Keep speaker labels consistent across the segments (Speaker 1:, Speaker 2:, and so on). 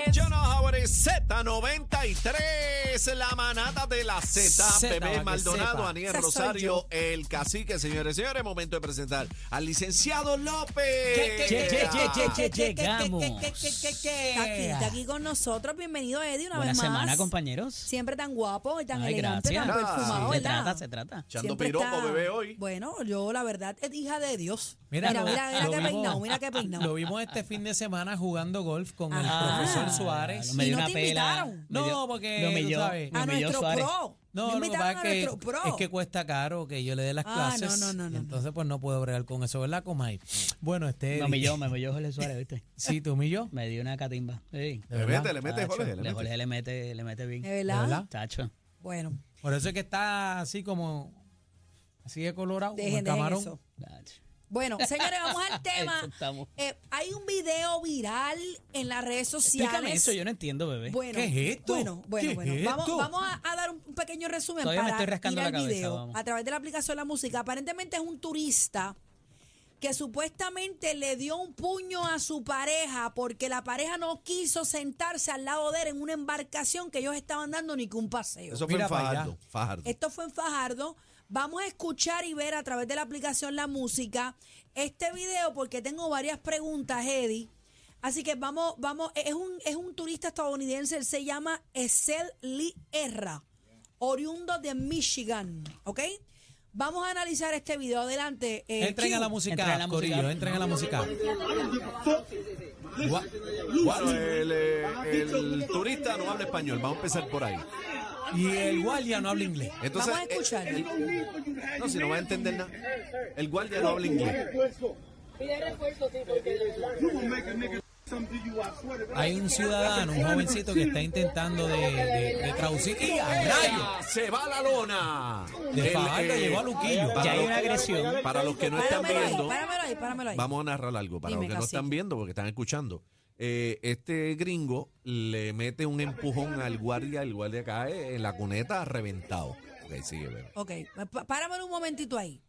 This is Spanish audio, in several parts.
Speaker 1: Howard.
Speaker 2: Yo no, Howard, es Z93, la manada de la Z.
Speaker 1: Zeta, para
Speaker 2: Bebé
Speaker 1: que
Speaker 2: Maldonado,
Speaker 1: sepa.
Speaker 2: Aniel
Speaker 3: Esa soy
Speaker 2: Rosario, el cacique, señores y señores. Momento de presentar al licenciado López.
Speaker 1: ¿Qué, qué, qué, qué, qué, qué? Llegamos.
Speaker 3: que, que, que, que. Está aquí, está aquí con nosotros. Bienvenido, Eddie, una
Speaker 1: Buena
Speaker 3: vez más.
Speaker 1: semana, compañeros.
Speaker 3: Siempre tan guapo y tan
Speaker 1: Ay,
Speaker 3: elegante,
Speaker 1: gracias.
Speaker 3: tan
Speaker 2: Ah,
Speaker 3: perfumado,
Speaker 1: se
Speaker 3: ¿verdad?
Speaker 1: trata, se trata.
Speaker 2: Echando
Speaker 3: Siempre
Speaker 2: piropo,
Speaker 3: está-
Speaker 2: bebé, hoy.
Speaker 3: Bueno, yo la verdad es hija de Dios. Mira,
Speaker 4: Mira,
Speaker 3: mira,
Speaker 4: lo-
Speaker 3: mira,
Speaker 4: lo
Speaker 3: qué
Speaker 4: vimos.
Speaker 3: peinado, mira qué
Speaker 4: Lo
Speaker 3: peinado.
Speaker 4: vimos este fin de semana jugando golf con el
Speaker 3: Ah.
Speaker 4: profesor Suárez.
Speaker 3: me- Y no te invitaron.
Speaker 4: No, porque tú sabes.
Speaker 3: A nuestro pro.
Speaker 4: No,
Speaker 3: Me
Speaker 4: lo que
Speaker 3: invitaron
Speaker 4: pasa es
Speaker 3: a nuestro
Speaker 4: que,
Speaker 3: pro.
Speaker 4: es que cuesta caro que yo le dé las
Speaker 3: Ah,
Speaker 4: clases.
Speaker 3: no, no, no,
Speaker 4: y
Speaker 3: no, no.
Speaker 4: entonces, pues no puedo bregar con eso, ¿verdad, Comay? Bueno, este.
Speaker 1: Me humilló, me humilló Jorge Suárez, ¿viste?
Speaker 4: Sí, tú y yo.
Speaker 1: Me dio una catimba. Sí.
Speaker 4: De
Speaker 2: Le
Speaker 4: verdad.
Speaker 2: mete, le mete,
Speaker 1: Tacho,
Speaker 2: Jorge, le mete.
Speaker 1: Jorge le mete, le mete bien.
Speaker 3: ¿De verdad?
Speaker 4: ¿De verdad?
Speaker 1: Tacho.
Speaker 3: Bueno,
Speaker 4: Por eso es que está así como. Así de colorado. como
Speaker 3: dejen,
Speaker 4: el
Speaker 3: dejen
Speaker 4: camarón.
Speaker 3: eso.
Speaker 1: Tacho.
Speaker 3: Bueno, señores, vamos al tema.
Speaker 1: Eso estamos.
Speaker 3: Eh, hay un video viral en las redes
Speaker 1: Explícame
Speaker 3: sociales.
Speaker 1: eso, yo no entiendo, bebé.
Speaker 3: Bueno,
Speaker 4: ¿Qué es esto?
Speaker 3: Bueno, bueno,
Speaker 4: ¿Qué
Speaker 3: bueno.
Speaker 4: es
Speaker 3: vamos,
Speaker 4: esto?
Speaker 3: vamos a, a dar un un pequeño resumen
Speaker 1: Todavía me
Speaker 3: para
Speaker 1: estoy rascando
Speaker 3: ir
Speaker 1: la
Speaker 3: al
Speaker 1: cabeza,
Speaker 3: video.
Speaker 1: vamos.
Speaker 3: A través de la aplicación de la música. Aparentemente es un turista que supuestamente le dio un puño a su pareja porque la pareja no quiso sentarse al lado de él en una embarcación que ellos estaban dando ni que un paseo.
Speaker 2: Eso fue
Speaker 4: Mira
Speaker 2: en
Speaker 4: para
Speaker 2: Fajardo.
Speaker 4: allá.
Speaker 2: Fajardo.
Speaker 3: Esto fue en Fajardo. Vamos a escuchar y ver a través de la aplicación La Música este video porque tengo varias preguntas, Eddie. Así que vamos, vamos, es un, es un turista estadounidense, él se llama Esel Lee Erra, oriundo de Michigan, ¿ok? Vamos a analizar este video, adelante. eh,
Speaker 4: Entren a
Speaker 3: Q.
Speaker 4: la música,
Speaker 1: Entren a la música.
Speaker 4: Corillo, entren a la música. Gua-
Speaker 2: Bueno, el, eh, el turista no habla español. Vamos a empezar por ahí.
Speaker 4: Y el guardia no habla inglés.
Speaker 2: Entonces,
Speaker 3: Vamos a escuchar.
Speaker 2: eh, el- no, si no va a entender nada. El guardia no habla inglés.
Speaker 4: Hay un ciudadano, un jovencito que está intentando de, de- de traducir. ¡Y a rayos!
Speaker 2: Se va la lona. eh,
Speaker 4: De Fajardo llegó a Luquillo.
Speaker 2: para
Speaker 1: Ya hay
Speaker 2: los-
Speaker 1: una agresión.
Speaker 2: Para los que no están
Speaker 3: Páramelo ahí,
Speaker 2: viendo.
Speaker 3: páramelo ahí, páramelo ahí.
Speaker 2: Vamos a narrar algo para
Speaker 3: Dime,
Speaker 2: los que no
Speaker 3: cacique.
Speaker 2: están viendo porque están escuchando. Eh, este gringo le mete un empujón al guardia, el guardia cae en la cuneta reventado. Ok, sigue, bebé.
Speaker 3: Ok, pa- páramelo un momentito ahí.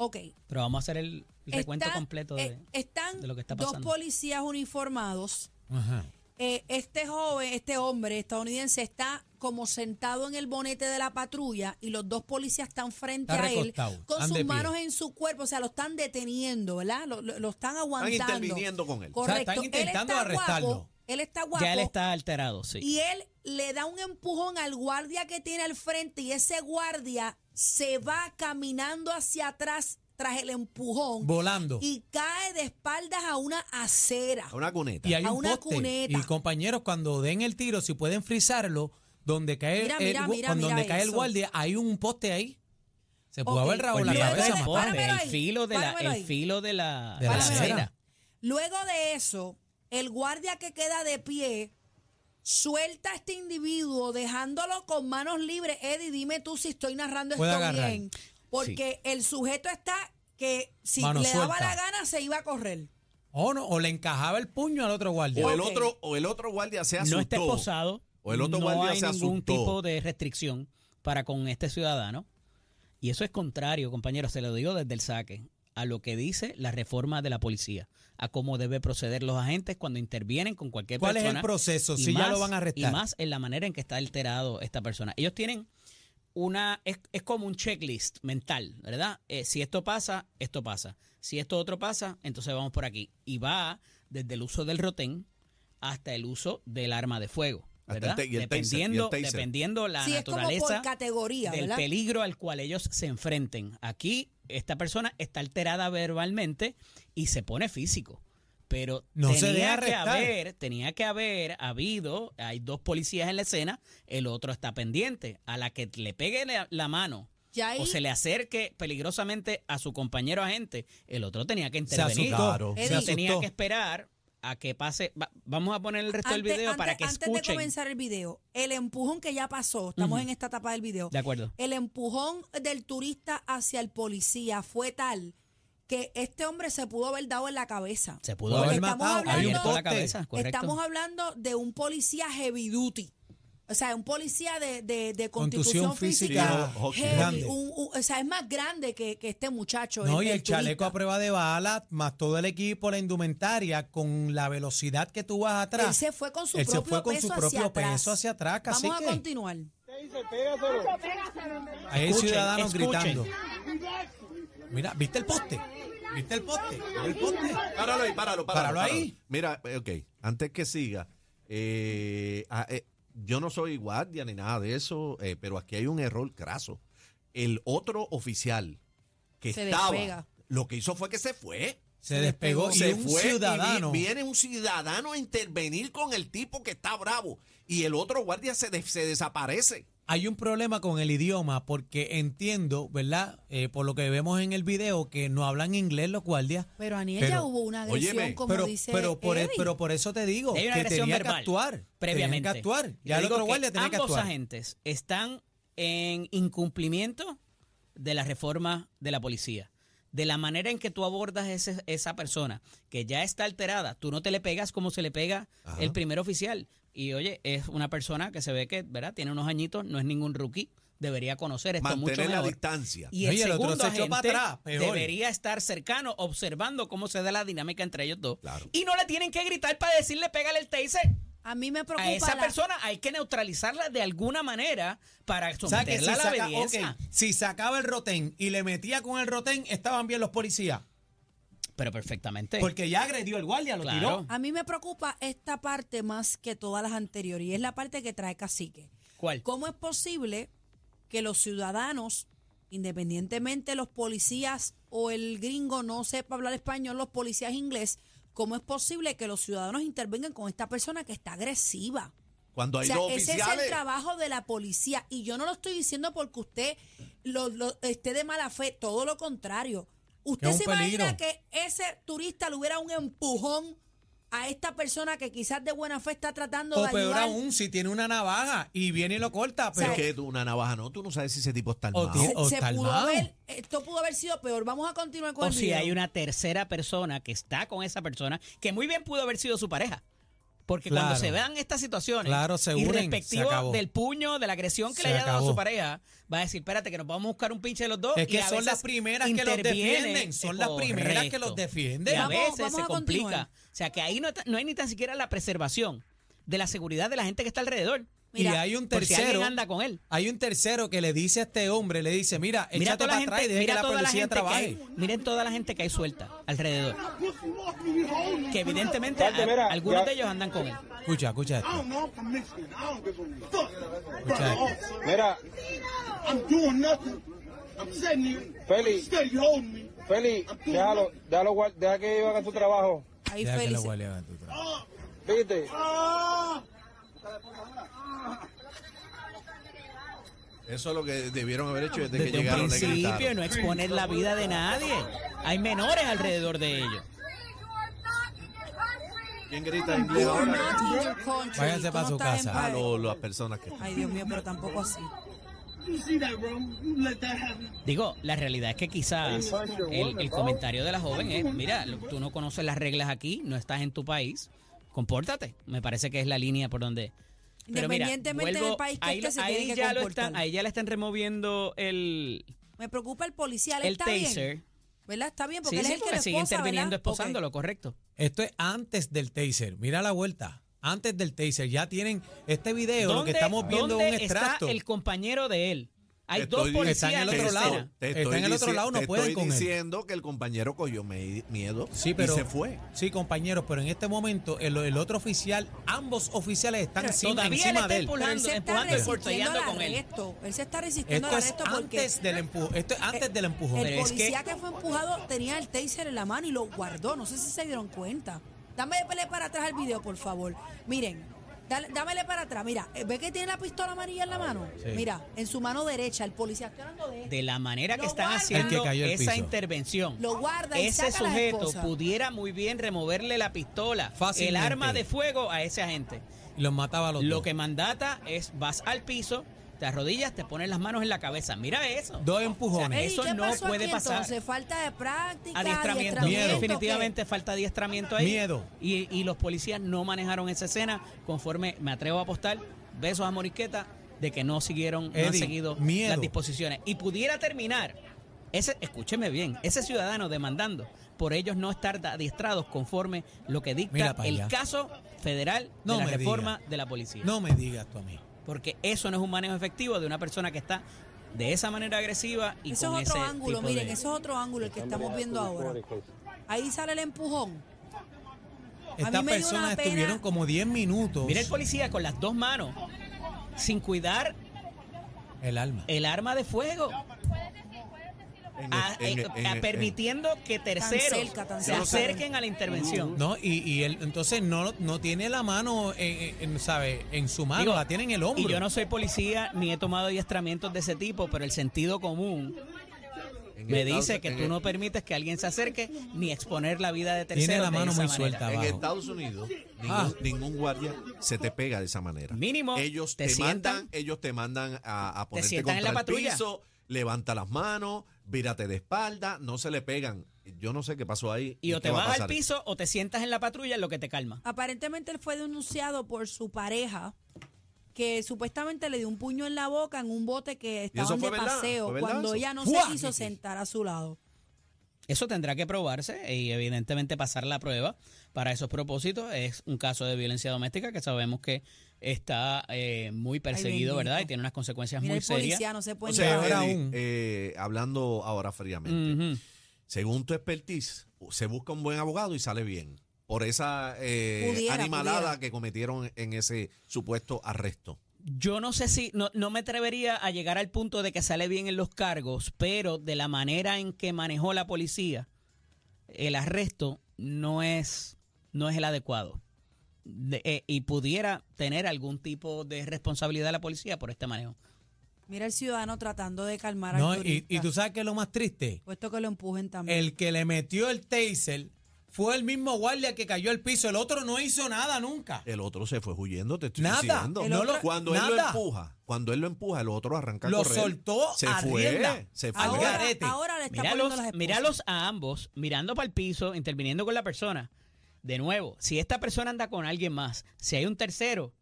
Speaker 3: Ok,
Speaker 1: Pero vamos a hacer el el recuento
Speaker 3: Están-
Speaker 1: completo de.
Speaker 3: eh, están
Speaker 1: de lo que está
Speaker 3: dos
Speaker 1: pasando.
Speaker 3: policías uniformados.
Speaker 4: Ajá.
Speaker 3: Eh, este joven, este hombre estadounidense está como sentado en el bonete de la patrulla y los dos policías están frente
Speaker 4: Está
Speaker 3: a él
Speaker 4: recostado,
Speaker 3: con
Speaker 4: están
Speaker 3: sus
Speaker 4: de pie.
Speaker 3: manos en su cuerpo, o sea, lo están deteniendo, ¿verdad? Lo, lo- lo están aguantando.
Speaker 2: interviniendo con él. O
Speaker 4: sea,
Speaker 3: Correcto.
Speaker 4: están
Speaker 3: Él
Speaker 4: intentando
Speaker 3: está
Speaker 4: arrestarlo.
Speaker 3: guapo, él está guapo.
Speaker 1: Ya él está alterado, sí.
Speaker 3: Y él le da un empujón al guardia que tiene al frente y ese guardia se va caminando hacia atrás tras el empujón
Speaker 4: Volando.
Speaker 3: y cae de espaldas a una acera.
Speaker 2: A una cuneta.
Speaker 4: Y hay
Speaker 3: a
Speaker 4: un
Speaker 3: una
Speaker 4: poste.
Speaker 3: cuneta.
Speaker 4: Y compañeros, cuando den el tiro, si pueden frizarlo, donde cae,
Speaker 3: Mira,
Speaker 4: el,
Speaker 3: mira,
Speaker 4: gu-
Speaker 3: mira,
Speaker 4: cuando
Speaker 3: mira
Speaker 4: donde cae el
Speaker 3: eso.
Speaker 4: guardia, hay un poste ahí. Se pudo
Speaker 3: Ok.
Speaker 4: haber rabado la
Speaker 3: Olvídate
Speaker 1: Olvídate
Speaker 4: cabeza.
Speaker 3: de-
Speaker 1: del
Speaker 4: más.
Speaker 1: poste,
Speaker 3: páramelo ahí,
Speaker 1: el filo de la,
Speaker 3: páramelo ahí.
Speaker 1: el filo de la,
Speaker 4: De la
Speaker 3: acera.
Speaker 1: acera.
Speaker 3: Luego de eso, el guardia que queda de pie suelta a este individuo dejándolo con manos libres. Eddie, dime tú si estoy narrando esto
Speaker 4: Puede agarrar.
Speaker 3: bien. Porque el sujeto está que si
Speaker 4: Mano
Speaker 3: le daba
Speaker 4: suelta.
Speaker 3: la gana se iba a correr.
Speaker 4: O, no, o le encajaba el puño al otro guardia.
Speaker 2: O el
Speaker 3: Ok.
Speaker 2: otro, o el otro guardia se asustó.
Speaker 1: No está esposado.
Speaker 2: O el otro
Speaker 1: no
Speaker 2: guardia
Speaker 1: hay
Speaker 2: se
Speaker 1: ningún
Speaker 2: asustó.
Speaker 1: tipo de restricción para con este ciudadano. Y eso es contrario, compañeros, se lo digo desde el saque, a lo que dice la reforma de la policía, a cómo debe proceder los agentes cuando intervienen con cualquier
Speaker 4: ¿Cuál es
Speaker 1: persona.
Speaker 4: el proceso?
Speaker 1: y
Speaker 4: Si ya
Speaker 1: más-
Speaker 4: lo van a arrestar.
Speaker 1: Y más en la manera en que está alterado esta persona. Ellos tienen una. Es, es como un checklist mental, ¿verdad? Eh, si esto pasa, esto pasa. Si esto otro pasa, entonces vamos por aquí. Y va desde el uso del rotén hasta el uso del arma de fuego.
Speaker 2: Hasta el
Speaker 1: ¿verdad?
Speaker 2: ta- y el taser, y el
Speaker 1: dependiendo,
Speaker 2: taser.
Speaker 1: dependiendo la
Speaker 3: sí, es como por
Speaker 1: naturaleza
Speaker 3: categoría,
Speaker 1: del
Speaker 3: ¿verdad?
Speaker 1: peligro al cual ellos se enfrenten. Aquí esta persona está alterada verbalmente y se pone físico. Pero
Speaker 4: No se
Speaker 1: tenía
Speaker 4: deja
Speaker 1: que
Speaker 4: arrestar.
Speaker 1: haber, tenía que haber habido, hay dos policías en la escena, el otro está pendiente. A la que le pegue la, la mano
Speaker 3: Ya ahí,
Speaker 1: o se le acerque peligrosamente a su compañero agente, el otro tenía que intervenir.
Speaker 2: Claro.
Speaker 3: Eddie.
Speaker 4: Se asustó.
Speaker 1: Tenía que esperar a que pase. va- vamos a poner el resto del video para que
Speaker 3: antes de
Speaker 1: escuchen.
Speaker 3: comenzar el video, el empujón que ya pasó, estamos
Speaker 1: Ujú.
Speaker 3: en esta etapa del video,
Speaker 1: De acuerdo.
Speaker 3: el empujón del turista hacia el policía fue tal que este hombre se pudo haber dado en la cabeza.
Speaker 1: Se
Speaker 4: Pudo
Speaker 1: pudo
Speaker 4: haber
Speaker 1: haber
Speaker 3: estamos
Speaker 4: matado. Hay un
Speaker 3: hablando-
Speaker 1: abierto la
Speaker 4: poste.
Speaker 1: cabeza, correcto.
Speaker 3: Estamos hablando de un policía heavy duty. O sea, un policía de, de, de
Speaker 4: Contusión
Speaker 3: constitución física,
Speaker 4: física, oh,
Speaker 3: heavy,
Speaker 4: grande.
Speaker 3: un- un- o sea, es más grande que, que este muchacho.
Speaker 4: No,
Speaker 3: el-
Speaker 4: y el
Speaker 3: turista.
Speaker 4: chaleco a prueba de bala, más todo el equipo, la indumentaria, con la velocidad que tú vas atrás.
Speaker 3: Él se fue con su
Speaker 4: Él se
Speaker 3: propio,
Speaker 4: fue con
Speaker 3: peso,
Speaker 4: su propio
Speaker 3: hacia
Speaker 4: peso
Speaker 3: atrás.
Speaker 4: hacia atrás,
Speaker 3: Vamos a
Speaker 4: cacique.
Speaker 3: continuar.
Speaker 4: Ahí hay
Speaker 1: Escuchen,
Speaker 4: ciudadanos
Speaker 1: escuchen.
Speaker 4: gritando. Mira, ¿viste el poste? ¿Viste el poste? ¿Viste el poste?
Speaker 2: Páralo ahí, páralo, páralo.
Speaker 4: Páralo ahí.
Speaker 2: Mira, eh, ok, antes que siga, eh, ah, eh, yo no soy guardia ni nada de eso, eh, pero aquí hay un error craso. El otro oficial que
Speaker 3: Se
Speaker 2: estaba,
Speaker 3: despega.
Speaker 2: lo que hizo fue que se fue.
Speaker 4: Se despegó Oh, y
Speaker 2: se
Speaker 4: un
Speaker 2: fue y vi-
Speaker 4: ciudadano.
Speaker 2: viene un ciudadano a intervenir con el tipo que está bravo y el otro guardia se, des- se desaparece.
Speaker 4: Hay un problema con el idioma porque entiendo, ¿verdad? Eh, por lo que vemos en el video, que no hablan inglés los guardias.
Speaker 3: Pero a Aniel
Speaker 4: Pero-
Speaker 3: ya hubo una agresión,
Speaker 2: óyeme,
Speaker 3: como
Speaker 4: Pero,
Speaker 3: dice
Speaker 4: pero, por, e-
Speaker 3: Eddie.
Speaker 4: pero por eso te digo
Speaker 1: Hay una
Speaker 4: que
Speaker 1: agresión
Speaker 4: tenía que
Speaker 1: verbal
Speaker 4: actuar.
Speaker 1: previamente.
Speaker 4: Tenía que actuar.
Speaker 1: Yo
Speaker 4: Ya el
Speaker 1: digo
Speaker 4: otro
Speaker 1: que
Speaker 4: guardia tenía que
Speaker 1: ambos
Speaker 4: actuar.
Speaker 1: agentes están en incumplimiento de la reforma de la policía. De la manera en que tú abordas ese- esa persona que ya está alterada, tú no te le pegas como se le pega
Speaker 2: Ajá.
Speaker 1: el primer oficial. Y oye, es una persona que se ve que, ¿verdad? Tiene unos añitos, no es ningún rookie, debería conocer esto mucho
Speaker 2: Mantener la
Speaker 1: mejor.
Speaker 2: distancia.
Speaker 1: Y
Speaker 4: No,
Speaker 1: el,
Speaker 4: y el otro
Speaker 1: segundo
Speaker 4: se echó
Speaker 1: agente
Speaker 4: para atrás, peor.
Speaker 1: debería estar cercano, observando cómo se da la dinámica entre ellos dos.
Speaker 2: Claro.
Speaker 1: Y no le tienen que gritar para decirle, pégale el taser.
Speaker 3: a mí me preocupa
Speaker 1: A esa
Speaker 3: la-
Speaker 1: persona hay que neutralizarla de alguna manera para
Speaker 4: O sea, que si,
Speaker 1: someterla a la
Speaker 4: saca-
Speaker 1: obediencia.
Speaker 4: ok, si sacaba el rotén y le metía con el rotén, estaban bien los policías.
Speaker 1: Pero perfectamente.
Speaker 4: Porque ya agredió el guardia, lo
Speaker 1: Claro.
Speaker 4: tiró.
Speaker 3: A mí me preocupa esta parte más que todas las anteriores y es la parte que trae Cacique.
Speaker 1: ¿Cuál?
Speaker 3: ¿Cómo es posible que los ciudadanos, independientemente los policías o el gringo no sepa hablar español, los policías inglés, cómo es posible que los ciudadanos intervengan con esta persona que está agresiva?
Speaker 2: Cuando hay
Speaker 3: o sea,
Speaker 2: dos
Speaker 3: ese es
Speaker 2: oficiales.
Speaker 3: el trabajo de la policía. Y yo no lo estoy diciendo porque usted lo, lo- esté de mala fe, todo lo contrario.
Speaker 4: Que
Speaker 3: Usted
Speaker 4: es un
Speaker 3: se
Speaker 4: peligro.
Speaker 3: imagina que ese turista le hubiera un empujón a esta persona que quizás de buena fe está tratando
Speaker 4: O
Speaker 3: de
Speaker 4: peor
Speaker 3: ayudar.
Speaker 4: aún, si tiene una navaja y viene y lo corta,
Speaker 3: sea,
Speaker 4: pero
Speaker 2: Es que tú, una navaja, no, tú no sabes si ese tipo está
Speaker 4: O
Speaker 2: armado.
Speaker 4: tiene-
Speaker 3: Se- se
Speaker 4: está
Speaker 3: pudo
Speaker 4: armado.
Speaker 3: haber- esto pudo haber sido peor. Vamos a continuar con
Speaker 1: o
Speaker 3: el
Speaker 1: si
Speaker 3: video.
Speaker 1: hay una tercera persona que está con esa persona, que muy bien pudo haber sido su pareja. Porque cuando
Speaker 4: Claro.
Speaker 1: se vean estas situaciones,
Speaker 4: Claro, se unen,
Speaker 1: irrespectivo
Speaker 4: se acabó.
Speaker 1: del puño, de la agresión que
Speaker 4: Se
Speaker 1: le haya dado a su
Speaker 4: acabó.
Speaker 1: pareja, va a decir, espérate, que nos vamos a buscar un pinche de los dos.
Speaker 4: es
Speaker 1: y
Speaker 4: que
Speaker 1: a
Speaker 4: son las
Speaker 1: veces
Speaker 4: primeras que los
Speaker 1: intervienen.
Speaker 4: defienden. Son las primeras que los
Speaker 1: Correcto.
Speaker 4: defienden.
Speaker 1: Y a
Speaker 3: Vamos-
Speaker 1: veces
Speaker 3: vamos
Speaker 1: se
Speaker 3: a
Speaker 1: complica.
Speaker 3: continuar.
Speaker 1: O sea, que ahí no, ta- no hay ni tan siquiera la preservación de la seguridad de la gente que está alrededor.
Speaker 4: y
Speaker 3: Mira,
Speaker 4: hay un
Speaker 1: Por si alguien
Speaker 4: tercero.
Speaker 1: anda con él.
Speaker 4: hay un tercero que le dice a este hombre, le dice, mira,
Speaker 1: Mira
Speaker 4: échate
Speaker 1: toda la
Speaker 4: para atrás y
Speaker 1: gente,
Speaker 4: deja que
Speaker 1: mira
Speaker 4: la
Speaker 1: toda la
Speaker 4: policía
Speaker 1: gente que
Speaker 4: trabaje.
Speaker 1: hay, miren toda la gente que hay suelta alrededor. Que evidentemente
Speaker 5: Espérate,
Speaker 1: a-
Speaker 5: mira,
Speaker 1: algunos
Speaker 5: ya-
Speaker 1: de ellos andan con él.
Speaker 4: Escucha, escucha
Speaker 6: ah, I
Speaker 4: esto.
Speaker 6: don't know if I'm Mexican. I don't give a fuck.
Speaker 4: Escucha
Speaker 6: Bro,
Speaker 4: esto.
Speaker 5: Mira,
Speaker 6: I'm doing nothing. I'm sitting here.
Speaker 5: Feli.
Speaker 6: Steady holding me.
Speaker 5: Feli, déjalo, déjalo, guar- deja que ellos hagan su trabajo.
Speaker 3: ahí
Speaker 4: Deja que
Speaker 3: Félix-
Speaker 4: la guardia haga tu trabajo.
Speaker 5: ¿Viste?
Speaker 6: Ah!
Speaker 2: Eso es lo que debieron haber hecho desde,
Speaker 1: Desde
Speaker 2: que llegaron.
Speaker 1: un
Speaker 2: le
Speaker 1: principio
Speaker 2: gritaron.
Speaker 1: no exponer la vida de nadie. Hay menores alrededor de ellos.
Speaker 2: ¿Quién grita
Speaker 3: You're
Speaker 2: inglés ahora?
Speaker 3: not in your country.
Speaker 4: Váyanse
Speaker 3: Tú
Speaker 4: pa'
Speaker 3: no
Speaker 4: su
Speaker 3: estás en
Speaker 4: casa.
Speaker 2: Ah,
Speaker 3: paz.
Speaker 2: lo- las personas que están.
Speaker 3: Ay, Dios mío, pero tampoco así.
Speaker 6: You see that, bro? You let that happen.
Speaker 1: Digo, la realidad es que quizás el, el comentario de la joven es, mira, lo- tú no conoces las reglas aquí, no estás en tu país, compórtate. Me parece que es la línea por donde... Pero mira,
Speaker 3: Independientemente del
Speaker 1: vuelvo,
Speaker 3: país que
Speaker 1: ahí,
Speaker 3: esté,
Speaker 1: lo-
Speaker 3: se
Speaker 1: ahí
Speaker 3: tiene que
Speaker 1: ya lo
Speaker 3: comportar.
Speaker 1: están, ahí ya le están removiendo el,
Speaker 3: Me preocupa el policía. Él
Speaker 1: el
Speaker 3: está
Speaker 1: taser.
Speaker 3: bien. ¿Verdad? Está bien, porque
Speaker 1: Sí,
Speaker 3: él es
Speaker 1: sí,
Speaker 3: el que
Speaker 1: porque
Speaker 3: le
Speaker 1: sigue
Speaker 3: esposa,
Speaker 1: interviniendo,
Speaker 3: ¿verdad?
Speaker 1: esposándolo,
Speaker 3: Ok.
Speaker 1: correcto.
Speaker 4: Esto es antes del taser. Mira la vuelta. Antes del taser. Ya tienen este video. Lo que estamos viendo es
Speaker 1: dónde
Speaker 4: un extracto.
Speaker 1: está el compañero de él? Hay
Speaker 2: Te
Speaker 1: dos
Speaker 2: estoy-
Speaker 1: policías
Speaker 4: Están en el
Speaker 1: en
Speaker 4: otro
Speaker 1: la
Speaker 4: lado.
Speaker 1: escena.
Speaker 2: Te
Speaker 4: Está
Speaker 2: estoy
Speaker 4: en el otro
Speaker 2: dici-
Speaker 4: lado, no
Speaker 2: te
Speaker 4: pueden
Speaker 2: estoy
Speaker 4: con él.
Speaker 2: diciendo que el compañero cogió me- miedo
Speaker 4: Sí, pero,
Speaker 2: y se fue.
Speaker 4: Sí, compañeros, pero en este momento el, el otro oficial, ambos oficiales están encima,
Speaker 1: todavía
Speaker 4: encima
Speaker 1: le está
Speaker 4: de él.
Speaker 1: empujando.
Speaker 3: Pero él se está
Speaker 1: empujando y
Speaker 3: resistiendo
Speaker 1: forcejeando
Speaker 3: al
Speaker 1: con él.
Speaker 3: arresto. Él se está resistiendo
Speaker 4: Esto
Speaker 3: al
Speaker 4: es
Speaker 3: arresto porque Eh,
Speaker 4: antes del empujo. Esto es antes del empujón.
Speaker 3: el
Speaker 1: Pero es que-
Speaker 3: policía que... fue empujado tenía el taser en la mano y lo guardó. No sé si se dieron cuenta. Dámele para atrás el video, por favor. Miren, dale- dámele para atrás. Mira, eh, ¿ve que tiene la pistola amarilla en la mano?
Speaker 4: Sí.
Speaker 3: Mira, en su mano derecha, el policía. Estoy hablando de esto.
Speaker 1: De la manera que
Speaker 3: Lo
Speaker 1: están
Speaker 3: guarda.
Speaker 1: haciendo
Speaker 4: El que cayó al
Speaker 1: esa
Speaker 4: piso.
Speaker 1: intervención.
Speaker 3: Lo guarda y
Speaker 1: Ese
Speaker 3: saca a la
Speaker 1: sujeto
Speaker 3: esposa.
Speaker 1: pudiera muy bien removerle la pistola, el
Speaker 4: Fácilmente.
Speaker 1: arma de fuego a ese agente.
Speaker 4: Y los mataba a los
Speaker 1: Lo
Speaker 4: dos.
Speaker 1: que mandata es vas al piso, te arrodillas, te pones las manos en la cabeza. Mira eso.
Speaker 4: Dos empujones.
Speaker 1: Ey,
Speaker 3: Eddie,
Speaker 1: eso
Speaker 3: ¿qué
Speaker 1: no
Speaker 3: pasó
Speaker 1: puede
Speaker 3: aquí,
Speaker 1: pasar.
Speaker 3: Entonces, falta de práctica,
Speaker 1: adiestramiento.
Speaker 4: Miedo.
Speaker 3: adiestramiento, ¿qué?
Speaker 1: Definitivamente falta adiestramiento ahí.
Speaker 4: Miedo.
Speaker 1: Y, y los policías no manejaron esa escena conforme me atrevo a apostar. Besos a Morisqueta de que no siguieron, no han
Speaker 4: Eddie,
Speaker 1: seguido
Speaker 4: miedo.
Speaker 1: las disposiciones. Y pudiera terminar, ese, escúcheme bien, ese ciudadano demandando por ellos no estar adiestrados conforme lo que dicta
Speaker 4: Mira pa'
Speaker 1: el
Speaker 4: allá.
Speaker 1: caso federal
Speaker 4: No
Speaker 1: de la
Speaker 4: me
Speaker 1: reforma
Speaker 4: diga.
Speaker 1: de la policía.
Speaker 4: No me digas tú a mí.
Speaker 1: Porque eso no es un manejo efectivo de una persona que está de esa manera agresiva y
Speaker 3: Eso
Speaker 1: con
Speaker 3: es otro
Speaker 1: ese
Speaker 3: ángulo,
Speaker 1: tipo
Speaker 3: miren,
Speaker 1: de-
Speaker 3: eso es otro ángulo el que estamos viendo ahora. Ahí sale el empujón.
Speaker 4: Estas
Speaker 3: me dio una
Speaker 4: personas
Speaker 3: pena-
Speaker 4: estuvieron como 10 minutos.
Speaker 1: Mira el policía con las dos manos, sin cuidar
Speaker 4: el alma.
Speaker 1: el arma de fuego,
Speaker 2: En
Speaker 1: a-
Speaker 2: el- en
Speaker 1: eh,
Speaker 2: el- en
Speaker 1: a-
Speaker 2: el-
Speaker 1: permitiendo que terceros
Speaker 3: cerca, tan
Speaker 1: se
Speaker 3: cerca.
Speaker 1: acerquen a la intervención.
Speaker 4: No, y, y él entonces no, no tiene la mano, en, en- en, ¿sabe? En su mano,
Speaker 1: Digo,
Speaker 4: la tiene en el hombro.
Speaker 1: Y yo no soy policía ni he tomado adiestramientos de ese tipo, pero el sentido común
Speaker 2: en
Speaker 1: me
Speaker 2: Estados-
Speaker 1: dice que
Speaker 2: en
Speaker 1: tú
Speaker 2: el-
Speaker 1: no permites que alguien se acerque ni exponer la vida de terceros.
Speaker 4: la
Speaker 1: de
Speaker 4: mano
Speaker 1: esa
Speaker 4: muy
Speaker 1: manera.
Speaker 4: suelta.
Speaker 2: En
Speaker 4: abajo.
Speaker 2: Estados Unidos, ningún,
Speaker 4: Ah.
Speaker 2: ningún guardia se te pega de esa manera.
Speaker 1: Mínimo,
Speaker 2: Ellos
Speaker 1: te
Speaker 2: te,
Speaker 1: sientan-
Speaker 2: mandan, ellos te mandan a, a ponerte
Speaker 1: sientan en
Speaker 2: contra
Speaker 1: la
Speaker 2: el
Speaker 1: patrulla.
Speaker 2: piso, levanta las manos, vírate de espalda, no se le pegan. Yo no sé qué pasó ahí.
Speaker 1: Y o
Speaker 2: qué
Speaker 1: te
Speaker 2: va a
Speaker 1: vas al
Speaker 2: pasar.
Speaker 1: piso o te sientas en la patrulla en lo que te calma.
Speaker 3: Aparentemente él fue denunciado por su pareja que supuestamente le dio un puño en la boca en un bote que estaban
Speaker 2: fue
Speaker 3: de
Speaker 2: verdad?
Speaker 3: paseo
Speaker 2: ¿Fue verdad
Speaker 3: cuando
Speaker 2: eso?
Speaker 3: ella no
Speaker 4: ¡Fua!
Speaker 3: se quiso sentar a su lado.
Speaker 1: Eso tendrá que probarse y evidentemente pasar la prueba para esos propósitos. Es un caso de violencia doméstica que sabemos que está eh, muy
Speaker 3: bendito.
Speaker 1: perseguido, ¿verdad? Y tiene unas consecuencias
Speaker 3: Mira,
Speaker 1: muy
Speaker 3: el policía
Speaker 1: serias.
Speaker 3: no se puede
Speaker 2: O
Speaker 3: ni
Speaker 2: sea,
Speaker 3: hablar.
Speaker 4: Peor
Speaker 2: Eddie,
Speaker 4: Pues aún.
Speaker 2: eh, hablando ahora fríamente,
Speaker 1: Ujú.
Speaker 2: según tu expertise, se busca un buen abogado y sale bien. Por esa eh,
Speaker 3: Pudiera,
Speaker 2: animalada
Speaker 3: pudiera.
Speaker 2: que cometieron en ese supuesto arresto.
Speaker 1: Yo no sé si, no, no me atrevería a llegar al punto de que sale bien en los cargos, pero de la manera en que manejó la policía, el arresto no es, no es el adecuado. De- eh, y pudiera tener algún tipo de responsabilidad la policía por este manejo.
Speaker 3: Mira el ciudadano tratando de calmar
Speaker 4: No,
Speaker 3: al
Speaker 4: y,
Speaker 3: turista.
Speaker 4: y tú sabes que es lo más triste.
Speaker 3: Puesto que lo empujen también.
Speaker 4: El que le metió el taser fue el mismo guardia que cayó al piso. El otro no hizo nada nunca.
Speaker 2: El otro se fue huyendo, te estoy
Speaker 4: Nada.
Speaker 2: diciendo.
Speaker 4: El otro-
Speaker 2: cuando él lo
Speaker 4: nada.
Speaker 2: empuja, cuando él lo empuja, el otro arranca a
Speaker 4: Lo
Speaker 2: correr.
Speaker 4: soltó
Speaker 2: se
Speaker 4: a
Speaker 2: fue,
Speaker 4: rienda.
Speaker 2: se fue.
Speaker 4: Al
Speaker 3: ahora,
Speaker 4: garete.
Speaker 3: ahora le está poniendo las
Speaker 1: Míralos,
Speaker 3: esposas.
Speaker 1: míralos a ambos, mirando para el piso, interviniendo con la persona. De nuevo, si esta persona anda con alguien más, si hay un tercero,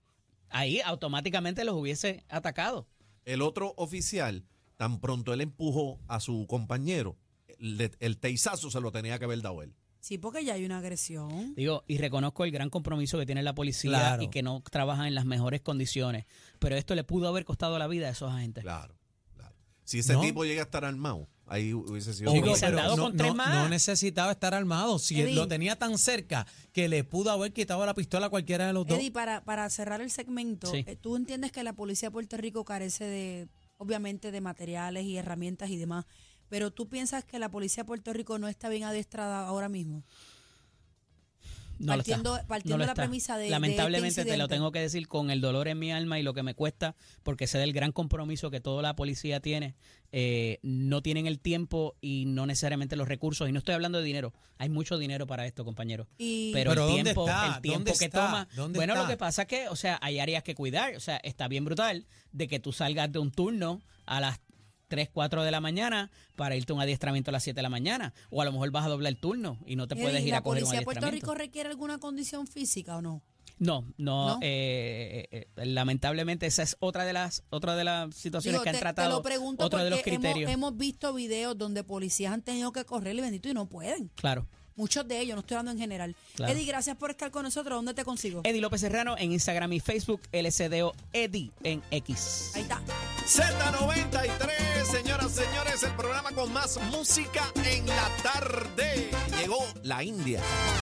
Speaker 1: ahí automáticamente los hubiese atacado.
Speaker 2: El otro oficial, tan pronto él empujó a su compañero, le- el teizazo se lo tenía que haber dado él.
Speaker 3: Sí, porque ya hay una agresión.
Speaker 1: Digo, y reconozco el gran compromiso que tiene la policía
Speaker 4: Claro.
Speaker 1: y que no trabajan en las mejores condiciones, pero esto le pudo haber costado la vida a esos agentes.
Speaker 2: Claro, claro. Si ese
Speaker 4: No.
Speaker 2: tipo llega a estar armado, ahí hubiese sido...
Speaker 1: Digo,
Speaker 2: otro
Speaker 1: se han
Speaker 2: tema.
Speaker 1: dado
Speaker 4: no,
Speaker 1: con tres
Speaker 4: no-
Speaker 1: más.
Speaker 4: no necesitaba estar armado. Si él
Speaker 3: Eddie.
Speaker 4: lo tenía tan cerca que le pudo haber quitado la pistola a cualquiera de los dos.
Speaker 3: Eddie, para, para cerrar el segmento,
Speaker 1: Sí.
Speaker 3: eh, tú entiendes que la policía de Puerto Rico carece de, obviamente, de materiales y herramientas y demás, pero tú piensas que la policía de Puerto Rico no está bien adiestrada ahora mismo.
Speaker 1: No lo
Speaker 3: Partiendo-
Speaker 1: está.
Speaker 3: partiendo
Speaker 1: No lo
Speaker 3: la
Speaker 1: está.
Speaker 3: premisa de- de
Speaker 1: Lamentablemente
Speaker 3: este
Speaker 1: te lo
Speaker 3: incidente.
Speaker 1: tengo que decir con el dolor en mi alma y lo que me cuesta, porque sé del gran compromiso que toda la policía tiene. Eh, no tienen el tiempo y no necesariamente los recursos. Y no estoy hablando de dinero. Hay mucho dinero para esto, compañeros.
Speaker 3: Y
Speaker 1: Pero,
Speaker 4: Pero
Speaker 1: el
Speaker 4: ¿dónde
Speaker 1: tiempo,
Speaker 4: está?
Speaker 1: el tiempo
Speaker 4: ¿Dónde
Speaker 1: que
Speaker 4: está?
Speaker 1: toma.
Speaker 4: ¿Dónde
Speaker 1: Bueno, lo
Speaker 4: está?
Speaker 1: que pasa es que, o sea, hay áreas que cuidar. O sea, está bien brutal de que tú salgas de un turno a las 3, 4 de la mañana para irte a un adiestramiento a las 7 de la mañana. O a lo mejor vas a doblar el turno y no te
Speaker 3: Eddie,
Speaker 1: puedes ir
Speaker 3: ¿la
Speaker 1: a coger un
Speaker 3: policía de Puerto
Speaker 1: adiestramiento.
Speaker 3: Rico requiere alguna condición física o no?
Speaker 1: No, no,
Speaker 3: ¿No?
Speaker 1: eh, eh, eh, lamentablemente esa es otra de las otra de las situaciones
Speaker 3: Digo,
Speaker 1: que han
Speaker 3: te-
Speaker 1: tratado,
Speaker 3: te lo pregunto
Speaker 1: otro de los
Speaker 3: porque hemos-
Speaker 1: criterios.
Speaker 3: Hemos, visto videos donde policías han tenido que correr y bendito y no pueden.
Speaker 1: Claro.
Speaker 3: Muchos de ellos, no estoy hablando en general.
Speaker 1: Claro.
Speaker 3: Eddie, gracias por estar con nosotros. ¿Dónde te consigo?
Speaker 1: Eddie López Serrano en Instagram y Facebook, LCDO Eddie en X.
Speaker 3: Ahí está.
Speaker 2: Z93, señoras, señores, el programa con más música en la tarde. Llegó la India.